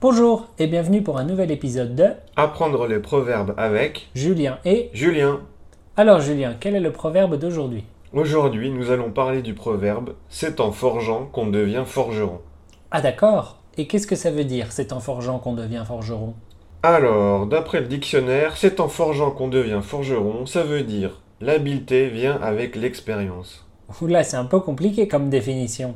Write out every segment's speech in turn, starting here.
Bonjour et bienvenue pour un nouvel épisode de Apprendre les proverbes avec Julien et... Julien. Alors Julien, quel est le proverbe d'aujourd'hui Aujourd'hui, nous allons parler du proverbe C'est en forgeant qu'on devient forgeron. Ah d'accord Et qu'est-ce que ça veut dire c'est en forgeant qu'on devient forgeron Alors, d'après le dictionnaire, c'est en forgeant qu'on devient forgeron, ça veut dire l'habileté vient avec l'expérience. Oula, c'est un peu compliqué comme définition.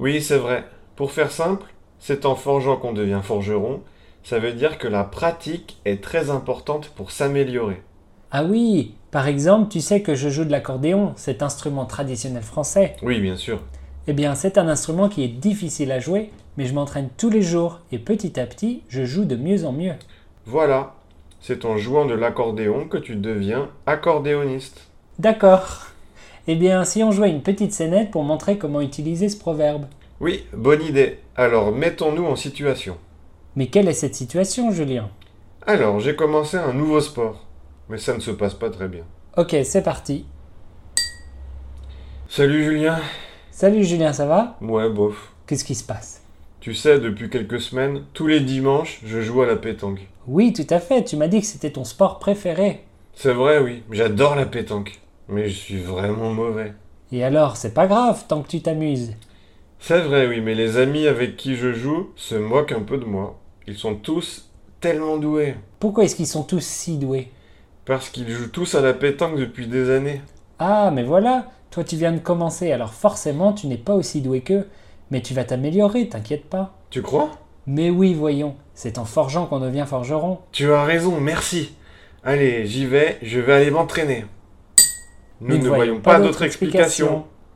Oui, c'est vrai. Pour faire simple, c'est en forgeant qu'on devient forgeron, ça veut dire que la pratique est très importante pour s'améliorer. Ah oui Par exemple, tu sais que je joue de l'accordéon, cet instrument traditionnel français. Oui, bien sûr. Eh bien, c'est un instrument qui est difficile à jouer, mais je m'entraîne tous les jours et petit à petit, je joue de mieux en mieux. Voilà, c'est en jouant de l'accordéon que tu deviens accordéoniste. D'accord Eh bien, si on jouait une petite scénette pour montrer comment utiliser ce proverbe. Oui, bonne idée. Alors, mettons-nous en situation. Mais quelle est cette situation, Julien Alors, j'ai commencé un nouveau sport, mais ça ne se passe pas très bien. Ok, c'est parti. Salut Julien. Salut Julien, ça va Ouais, bof. Qu'est-ce qui se passe Tu sais, depuis quelques semaines, tous les dimanches, je joue à la pétanque. Oui, tout à fait, tu m'as dit que c'était ton sport préféré. C'est vrai, oui, j'adore la pétanque, mais je suis vraiment mauvais. Et alors, c'est pas grave tant que tu t'amuses. C'est vrai, oui, mais les amis avec qui je joue se moquent un peu de moi. Ils sont tous tellement doués, Pourquoi est-ce qu'ils sont tous si doués parce qu'ils jouent tous à la pétanque depuis des années. Ah, mais voilà, toi tu viens de commencer, alors forcément tu n'es pas aussi doué qu'eux, mais tu vas t'améliorer, t'inquiète pas. Tu crois Mais oui, voyons, c'est en forgeant qu'on devient forgeron. Tu as raison, merci. Allez, j'y vais, je vais aller m'entraîner. Nous, ne voyons pas, d'autre explication.